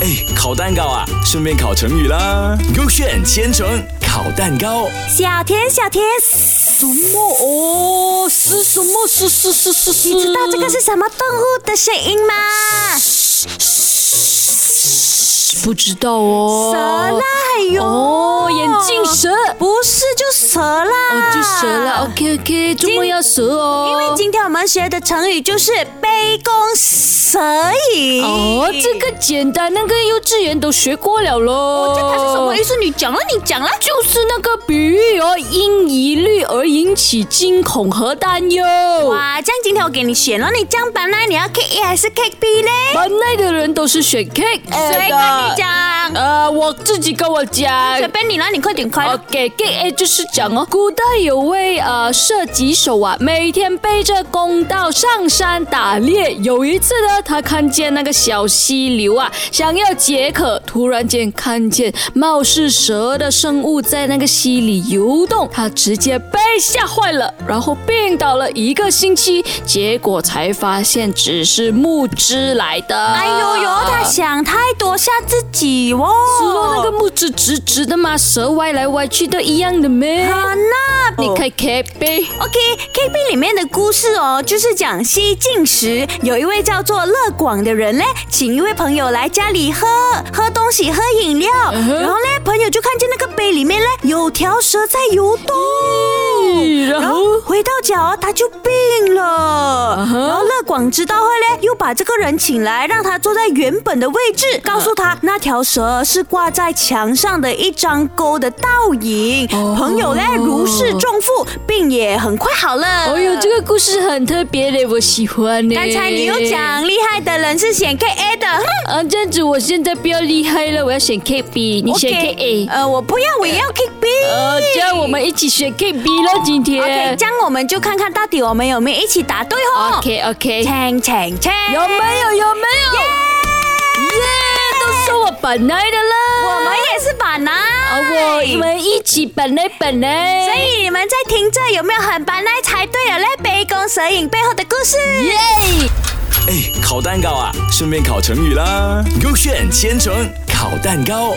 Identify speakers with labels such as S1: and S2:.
S1: 哎，烤蛋糕啊，顺便烤成语啦。勾选千层烤蛋糕，
S2: 小田，小田，
S3: 什么哦？是什么？是是是是是。
S2: 你知道这个是什么动物的声音吗？
S3: 不知道哦。
S2: 蛇啦，哎呦，
S3: 哦，眼镜蛇。
S2: 不是，就蛇啦，
S3: 哦，就蛇了。OK OK，周末要蛇哦。
S2: 因为今天我们学的成语就是杯弓蛇影。
S3: 哦，这个哦简单，那个幼稚园都学过了喽。
S4: 这它是什么意思？你讲了，你讲了。
S3: 就是那个比喻哦，因疑虑而引起惊恐和担忧。
S2: 哇，这样今天我给你选了，你这样本来你要 K A 还是 K B 呢？
S3: 班内的人哦都是选 cake
S2: 谁跟你？讲？
S3: 呃，我自己跟我讲
S2: 随。便你啦，你快点快。
S3: OK，给 A 就是讲哦，古代有位呃射击手啊，每天背着弓道上山打猎。有一次呢，他看见那个小溪流啊，想要解渴，突然间看见貌似蛇的生物在那个溪里游动，他直接被吓坏了，然后病倒了一个星期，结果才发现只是木枝来的。啊
S2: 哎呦呦，他想太多，吓自己哦。
S3: 除了那个木枝直直的嘛，蛇歪来歪去都一样的咩？
S2: 啊，那
S3: 你看 K 呗。
S2: OK K B 里面的故事哦，就是讲西晋时有一位叫做乐广的人嘞，请一位朋友来家里喝喝东西、喝饮料，
S3: 嗯哼
S2: 然后嘞，朋友就看见那个杯里面嘞有条蛇在游
S3: 哦
S2: 动。
S3: 然
S2: 然
S3: 后
S2: 后回到家哦，他就病了。
S3: 哼
S2: 然后乐广知道后嘞，又把这个人请来，让他坐在原本的位置，
S3: 啊
S2: 告诉他那条蛇是挂在墙上的一张钩的倒影。
S3: 哦
S2: 朋友嘞如释重负，病也很快好了。
S3: 哎呦，这个故事很特别嘞，我喜欢呢。
S2: 刚才你又讲厉害的人是选 K A 的，哼
S3: 啊，这样子我现在不要厉害了，我要选 K B，你选 K
S2: OK
S3: A。
S2: 呃，我不要，我也要 K B。
S3: 呃，这样我们一起选 K B 了，今
S2: OK，
S3: 天。
S2: 这样我们就看看到底我们有没有一起答对哦。
S3: OK OK。
S2: 请请请，
S3: 哎有没有？有没有？耶！都说我本来的啦。
S2: 我们也是板呐、
S3: 啊，我们一起本来本来。
S2: 所以你们在听这有没有很白来才对了嘞？杯弓蛇影背后的故事。
S3: 耶！
S1: 哎，烤蛋糕啊，顺便烤成语啦。勾选千层烤蛋糕。